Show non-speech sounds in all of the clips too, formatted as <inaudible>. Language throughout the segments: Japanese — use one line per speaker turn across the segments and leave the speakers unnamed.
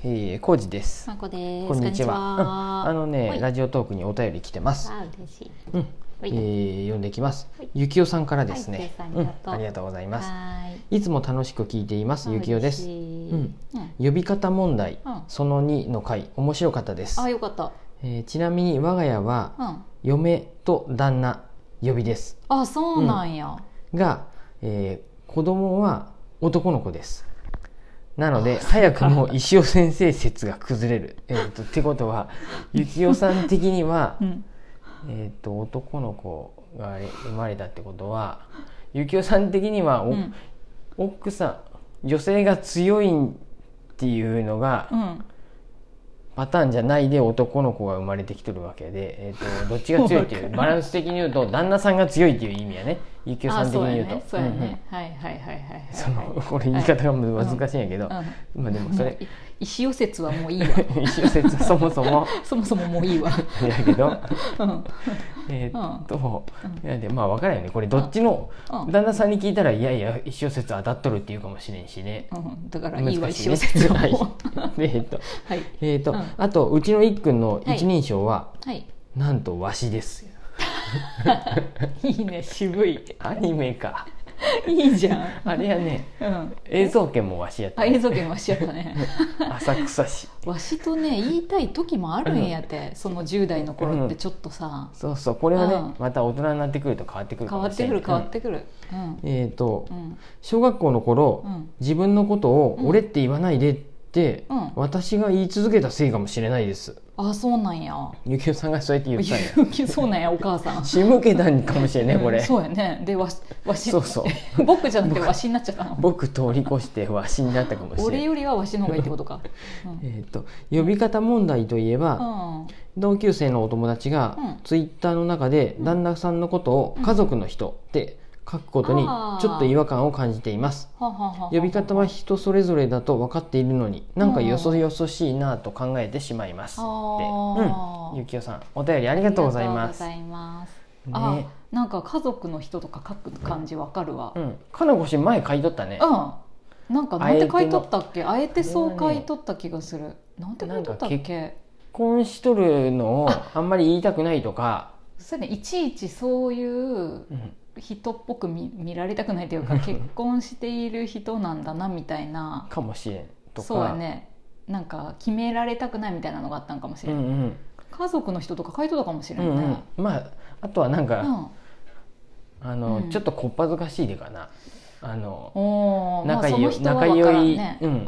えー、コウジです。
まこです。
こんにちは。うんあのね、ラ
ジ
ジオトークにお便り来てます。
あ、嬉しい。
うん、え
はい
ー、読んできます
はい。
ゆきおさんからです
はい
ね。
ゆきおさん
う
あり
ん
がとう
ありがとうございます。
はい
つも楽しく聞いています。
ーい。
ゆきおです。
嬉しい
うん呼び方問題、
うん
その2の回、面白かったです
あ、。よかった。
えーちなみに我が家は、
うん。
嫁と旦那呼びです。
あ、そうなんや。
が、えー子供は男の子です。なので早くも石尾先生説が崩れる。 <laughs> えーとってことは幸男さん的には
うん。
えーと男の子があれ生まれたってことは幸男さん的にはお、
うん。
奥さん女性が強いっていうのが
うん。
パターンじゃないで男の子が生まれてきてるわけで、えー、とどっちが強いってい
わ
う
かる
バランス的に言うと旦那さんが強いっていう意味やね幸男
あ、
さん的
そう
に言
や
うと。
ね。そうや
うんうん
ね。はいはいはいはいはい。
その
はい
これ言い方が難しいんやけど、
うん
まあでもそ
も
れ
うい石尾説はもういいわ。
<laughs> 一応説はそもそも
そもそももういいわ。
やけど
うん。
えーっと、いやでまあ分からんよねこれどっちの
うん
旦那さんに聞いたらいやいや一応説当たっとるって言うかもしれんしね
うん。だからい
難
いわ、
しい
石
ね
尾説は
<laughs> はい
もう。
でえーっと,、
はい。
えーっと
うん
あとうちのいっくんの
はい
一人称は、 <laughs>
はい。
なんとわしです
いいね、渋い。
アニメか
いいじゃん。
あれやね
うん。
映像権もわしやった
あ、
ね、
映像権はしやったね。
浅草市
わしとね言いたい時もあるんやてその10代の頃ってちょっとさ、
そうそうこれはね、
うん
また大人になってくると変わってくるか
変わ
も
っ
しれ
て
ん
くる変わってくるうん
うんえーっと、
うん
小学校の頃、
うん
自分のことを「
うん
俺って言わないで」って、
うん
私が言い続けたせいかもしれないです
あそうなんや
ゆきおさんがそうやって言
<laughs>
ったんや
ゆうきそうなんやお母さん
仕向けたんかもしれないこれ、
うんそうやねでわしわし
そうそう
<laughs> 僕じゃなくてわしになっちゃったの
僕通り越してわしになったかもし
俺
れない
よりはわしの方がいいってこと
<laughs>
かうん、
えー、と呼び方問題といえ
う
ば、
ん
同級生のお友達が、
うん
ツイッターの中で
うん
旦那さんのことを「家族の人」って書くことに
あー
ちょっと違和感を感じています
はあはあはあはあ
呼び方は人それぞれだと分かっているのになんかよそよそしいなと考えてしまいます、
あ
で
ー
うん、ゆきおさんお便りありがとうございます
ありがとうございます
ね
あなんか家族の人とか書く感じわかるわ
うん、かのこし前買い取ったね、
うん、なんかなんて書いとったっけあえてそう書いとった気がするなんて書いとったっ
なんか
け
婚しとるのをあんまり言いたくないとか、
そうやねいちいちそういう
うん
人っぽく見見られたくないとい
<laughs>
うか結婚している人なんだなみたいな
かもしれんとか
そうやねなんか決められたくないみたいなのがあったんかもし
う
れ
ん
ない、
うん
家族の人とか書いとったかもし
う
れない、
んうんまああとはなんか、
うん
あの、
うん
ちょっとこっぱずかしいでかなあの
おーまあ
仲
その
良い
人は分からんね
仲良いう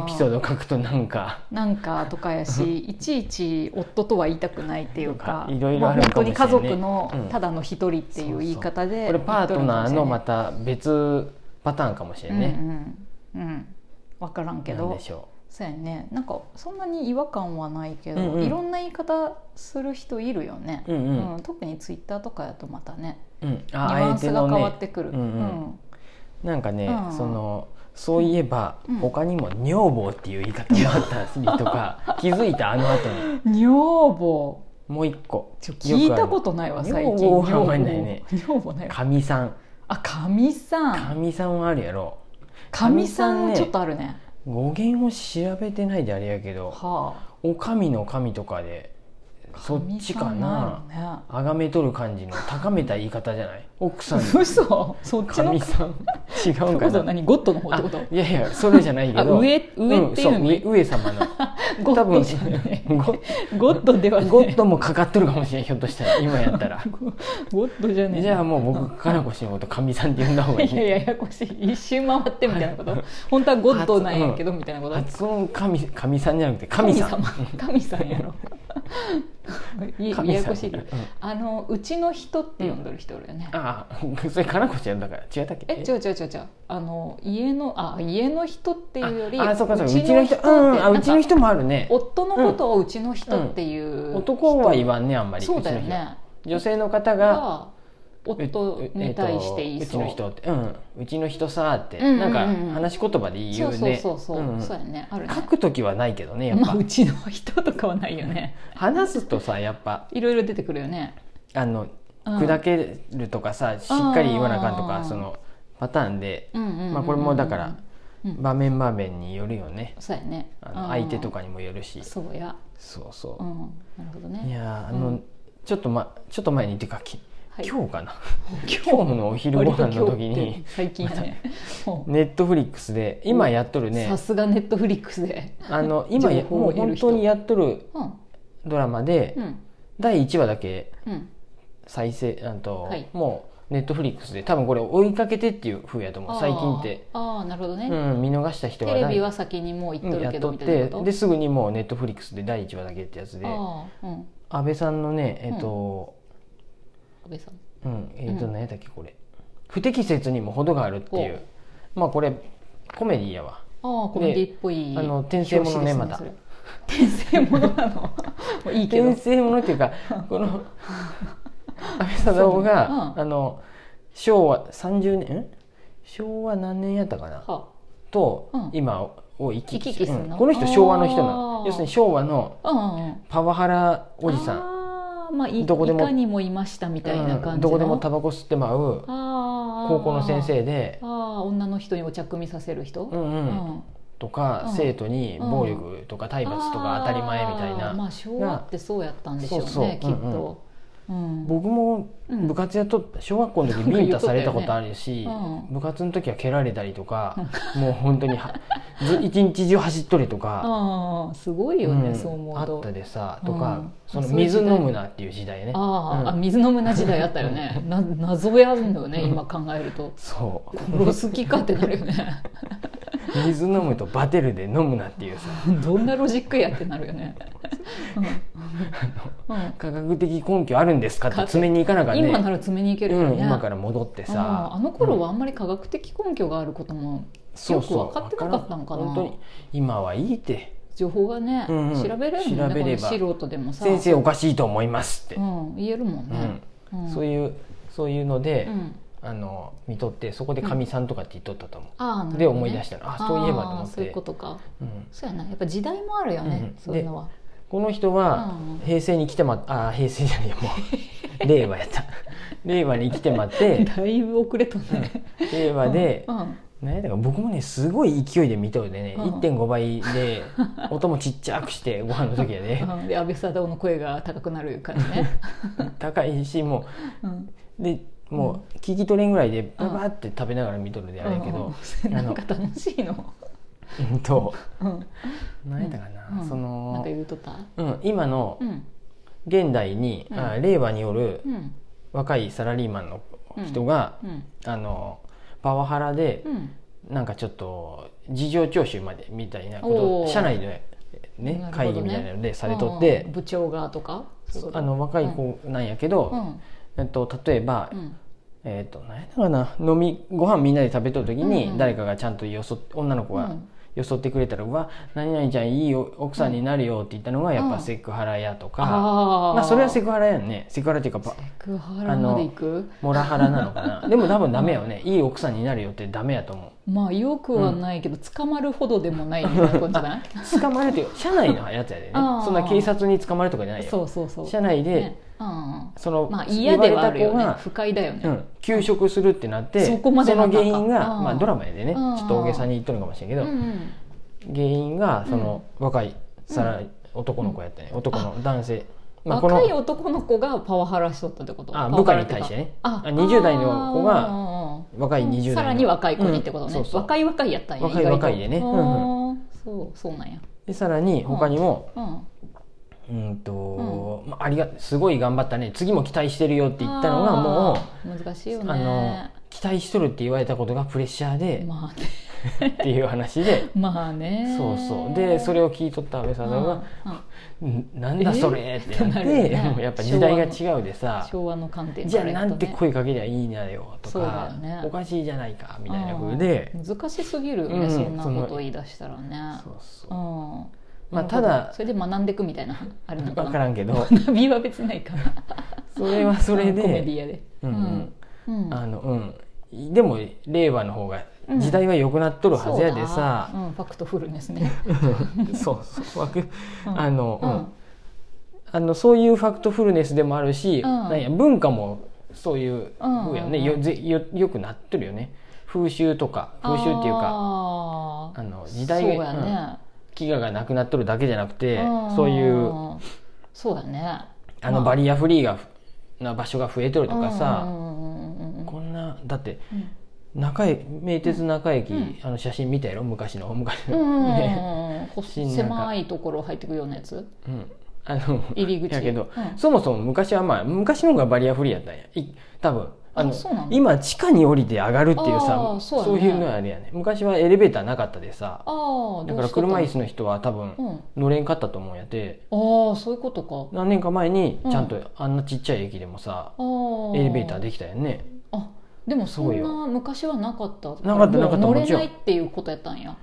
んエピソードを書くとなんか
なんかとかやしいちいち夫とは言いたくないっていうか
とかいろいろある
まあ本
か
当
もしれ
に
ない
家
ね
族のただの一人っていう言い方で
これパートナーのまた
た
別パターンかもしれんね、
うんうん、うん、分からんけ
なん
ど
でしょ
そうやねなんかそんなに違和感はないけど、
うんうん
いろんな言い方する人いるよね、
ううんうん、
うん特にツイッターとかやとまたね
うん、
ニ
あ
ュアンスが変わってくる、
うんうんなんかね、
うん
そのそういえば、
うん
他にも女房っていう言い方もあったりと
<laughs>
か気づいたあの後に
うん女房
もう一個
ちょ聞いたこととないわ最近
女房はあんまりないね
女房ないわ
かみさん
あかみさん
かみさんはあるやろ
かみさ
かみさん
ん
ね
ちょっとあるね
語源を調べてないであれやけど
は
お上の神とかで
あ
そっちか
神
な
さんなんや
あがめとる感じの高めた言い方じゃない奥さん
ね嘘そっちの
神さん違
そうれ
んか
こそ
な
何ゴッドの方ってこと
あいやいやそれじゃないけ
あ
ど
上上ってい
ん
う
そ上
の
上様の
<laughs>
多
ゴッド
分
じゃない
ご
ゴッドではない
ゴッドもかかっとるかもしれんひょっとしたら今やった
<laughs>
ら
ゴッドじゃねえ
じゃあもう僕かなこしのことかみさんって呼んだ方がい
いや
い
ややこしい一周回ってみたいなこと本当はゴッドなんやけどみたいなこと
発音神神さんじゃなくて神さん
神様神さんや
<laughs>
ろいや
神
や
さん
こしいけど
うん
あのうちの人って呼んどる人おるよね
ああそれかなこちゃんだから違ったっけ
え違う違う違う違うあの家のあ家の人っていうより
ああそうかそうかう
う
ち
ち
の
の
人
人
う
っ
ん
て
うんあ
な
う
んか
ちの人もあるね
夫のことをうちの人っていう
男は言わんねあんまり
そうだよ
うちの人
ね
女性の方が
が夫
え
に対して言いそう
えっとうちの人ってうんうちの人さーって
うんうんうん
なんか話し言葉で言
そう
う
そう
ね
そうそう、
うんうん
そうやねあるね
書く時はないけどねやっ
まあ
ぱ
うちの人とかはないよね
話すとさやっぱ
いろいろ出てくるよね、
あの
うん
砕けるとかさしっかり言わなあかんと
あ
か
ー
そのパターンで
うんうんうんうん
まあこれもだから
うん
場面場面によるよね
そうやね
あ
う
の
ん
相手とかにもよるし
そうや
そうそううん
なるほど
い
ね
やーあ
う
の
ん
ちょっとまちょっと前にっていうかき
はい
今日かな <laughs> 今日のお昼ご飯の時
割と今日っ
に
て最近やねも
ネットフリックスで今やっとる
う
ね
さすがネットフリックスで
あの今や
情報
も
を
う
得る
本
人
当にやっとる
うん
ドラマで、
うん
第1話だけ
うん
再生あと、
はい
もうネットフリックスで多分これ追いかけてっていう風やと思う最近って、
あーあーなるほどね、
うん、見逃した人
テ
は
レ
ない
ビは先にもう行っ
う
と
んや
る
っ
け
と
ど
っ
みたい
て
なこと
ですぐにもうネットフリックスで第1話だけってやつで
ああうん
安倍さんのねえっ、と、
安倍さん
うんえっ、と
うん
何やったっけこれ不適切にも程があるっていうまあこれコメディやわ
ああコメディっぽい
あの転生ものね
表紙ですねそれ転生ものなの <laughs> もういいけど
転生ものっていうかこの安倍貞夫が、
うん
あの昭和30年ん昭和何年やったかな
は
と、
うん
今を行き来
行き来するの
うんこの人昭和の人なの
あー
要するに昭和の
あうんうんうん
パワハラおじさん
ああまあい
どこでも
いかにもいましたみたいな感じの、
うんどこでもタバコ吸ってまう
ああ
高校の先生で
ああ女の人にお着見させる人、
うんうんとか、
うん
生徒に暴力とか体罰とか当たり前みたい
ああま
な
あ昭和ってそうやったんでしょうね
そうそう
きっと、うん
僕も
うん
部活やっとった小学校の時
うん
ビンタされたことあるし、
言うとったよねう
部活の時は蹴られたりとか、もう本当には <laughs> ず一日中走っとるとか。
ああすごいよね、
うん
そう思う
あ
と
ったでさとか、
うん
その
そういう時
水
代
飲むなっていう時代ね
ああ、
うん
あ水飲むな時代あったよ
<laughs>
ねな謎やんのよね今考えると <laughs>
そう
殺す気かってなるよ
<laughs>
ね
水飲むとバテるで飲むなっていうさ
どんなロジックやってなるよね、うんうん
科学的根拠あるんですかって詰めに行かなかっ
今
ね
なら爪にいけるよ
う
ね、
ん、今から戻ってさ
あああの頃はあんまり科学的根拠があることも
そうそう
よく分かってなかったんかな
わら本当に今はいいって
情報がね、
うんうん
調べれるもん
調べれ
ね
ば
この素人でもさ
先生おかしいと思いますって、
うん、言えるもんね、
う
うんん
そういうそういうので、
うん
あの見とってそこでかみさんとかって言っとったと思う、
ああなるほどね
で思い出したのあそういえばと思って
ああそういうことか
うん
そうやなやっぱ時代もあるよね、
うん
そういうのは
この人は
うんうん
平成に来てまあ平成じゃないよも
<laughs>
う令和やった令和に来てまって
だいぶ遅れとね、
令和で、
うんうん
なんやったか僕もねすごい勢いで見とるでね、
うん
1.5倍で音もちっちゃく
<laughs>
してご飯の時やで、
うんで安倍貞夫の声が高くなる感じ
<laughs>
ね、
高いしも
うん、
うでもう聞き取れんぐらいでババって食べながら見とるであれやけど、
うん
あ
なん
の
か楽しいの、
うんと
うん
何やったかな、
うん
そ
なん
の
か、言うとった
うん、今の
うん
現代に、
うん
あ令和による
うん
若いサラリーマンの人が、
うん
あのパワハラで
うん
なんかちょっと事情聴取までみたいなこと
お
を
ー
社内で、ね
なるほどね
会議みたいなのでされとって。
うん部長がとかそう
あの若い子なんやけど、
うん
えっと、例えば、
うん
えっと、何やったかな飲みご飯みんなで食べとる時
うんう
に
ん
誰かがちゃんとよそ女の子
う
が
ん
よそってくれたら「うわ何々ちゃんいいよ奥さんになるよ」って言ったのがやっ
う
ぱ
ん
セクハラやとか、
あ
まあ、それはセ
ク
クハラやんねセクハラっていうかパ
セクハラまでいく
モラハラなのかなでも多分ダメよねいい奥さんになるよってダメやと思う
まあよくはないけど、捕まるほどでもないみたいなことじゃない
捕まるっていう社内のやつやでね
あー
そんな警察に捕まるとかじゃない
そ
よ
うそうそう
社内で、
ねうんうん
その、
まあ嫌ではあるよ
言われた
ね
子が
不快だよね、
うん、休職するってなって
そこまでな
の
んだ
原因が
うん
まあ、ドラマやでねち
うん
ょっと大げさに言っとるかもしれんけど、
うんうん
原因がその若いさら、男の子やったね男の男性、まあ、こ
若い
の
男の子がパワハラしとったってこと
あ
パワハラ
部下に対してね
あ
あ20代の子が
あー
若い20代の
さらに若い子にってこと
うん
ね、
そうそう
若い若いやったんや
若い
意外と
若いでね
あー
うん
そうそうなんや、
でさらに他にも、
うん、
うんとまあ、ありがすごい頑張ったね次も期待してるよって言ったのがもう
あー難しいよね
あの期待しとるって言われたことがプレッシャーで
まあ。
っていう話で
<laughs> まあね
そうそうでそれを聞いとった安倍さんが
うんう
「
ん
んなんだそれ」ってなっ
えって
て
<laughs> なるよね
もうやっぱ時代が違うでさ
昭和の観点
じ
か
ゃあ
ら
な
言
ん
う
て
とね
声かけりゃいいなよと
そうだ
か
よね
おかしいじゃないかみたいな風で
うん難しすぎるよね、
うん
そんな
その
こと言い出したらね
そうそううんまあ
なるほど
ただ
それで学んでいくみたいなあれなのか
分
な
からんけど
学びは別にないかな
それはそれ
コメディ
で
アで
うんうん
うんうん
あのうんでも令和の方が時代は良くなっとるはずやで
そう
さ
だうん、ファクトフルですね
そうそうわく
うん
あの
う
うんんあのそういうファクトフルネスでもあるし
うん
なんや文化もそういう風やね
うんうんうん
よぜよよくなっとるよね風習とか風習っていうか
あ
あ
ー
の時代
そうや
が、うん
ね、
飢餓がなくなっとるだけじゃなくて
ん
そういう
そうやね
あのバリアフリーがな場所が増えとるとか
う
さ、
んうんうんうんうん
こんなだって
うん
中駅名鉄中駅、
うん
あの写真見たやろ昔の昔
うんうん
の、
うんうん
ね
こう
新中
狭いところ入ってくようなやつ
うん、あの
入り口
やけど、
うん
そもそも昔はまあ昔の方がバリアフリーやったんやい多分あの
あそうなの
今地下に降りて上がるっていう
あ
さ
ーそうやね
いうのあれやね昔はエレベーターなかったでさ
ああ
だから車椅
子
子の人は多分
うん
乗れんかったと思うんやって
ああそういうことか
何年か前に
うん
ちゃんとあんなちっちゃい駅でもさ、
ああ
エレベーターできたよね
あでもそん
そう
な昔はなかった
なかったなかった
もう乗
も
れ
ちろ
なんいっていうことやったんや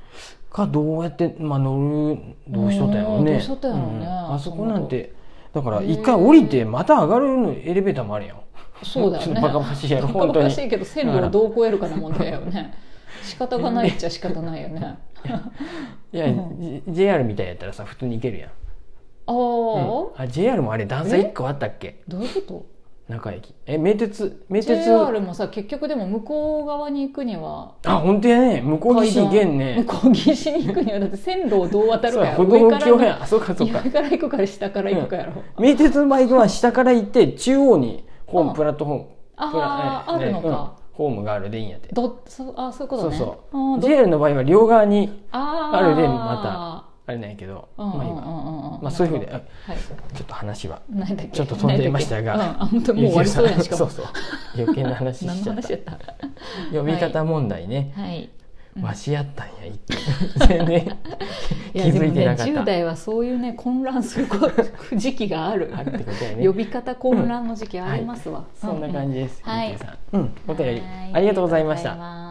かどうやって、まあ、乗るどうしとったんやろう
うん
ね
どうしとったんやろうね
あそこなんてだから一回降りてまた上がるのエレベーターもあるやん
そうだよ
ちょっ <laughs>
ね
とバカバカしいやろ
バカ
本
バ
当
カ
に
しいけど線路をどう超えるかの問題よね仕方がないっちゃ仕方ないよね
いや、
う
JR みたいやったらさ普通に行けるやん
ああ、
うんあ JR もあれ段差1個あったっけ
どういうこと
中駅え名鉄名鉄
JR もさ結局でも向こう側に行くには
あ本当やね向こう岸行けんね
向こう岸に行くにはだって線路をどう渡る
そ
か
う
や
歩道橋や
上
んあそうかそう
か
から
上から行くから下から行くかやろ、
名鉄のバイクは下から行って中央にホー
あ
ムプラットフォームプ
あ
ラ
ああるのか、
うんホームがあるでいいんやって
どそあそういうことね
そう
あーど
JR の場合は両側に
あ
あるで
ま
まあれなんやけど
うんうん
まあいい
うん
わ
うんう
ま
ん
あそういうふうであ
はい
ちょっと話は
何だっけ
ちょっと飛んでいましたが
何だっけうん、あ本当もう終わりそうやんしか
そう
も
そう余計な話
何
し
の
ちゃっ
話
た
やった
呼び方問題ね
はいうん
わしやったんや一 <laughs> 回全然気づいてなかっ
いやでもね10
た
代はそういうね混乱するこ時期がある
あるってことや
呼
ね
び方混乱の時期ありますわ、
そんな感じです
はい
ゆきえさんうんお便り
はい
ありがとうございまし
あり
た
がとうございます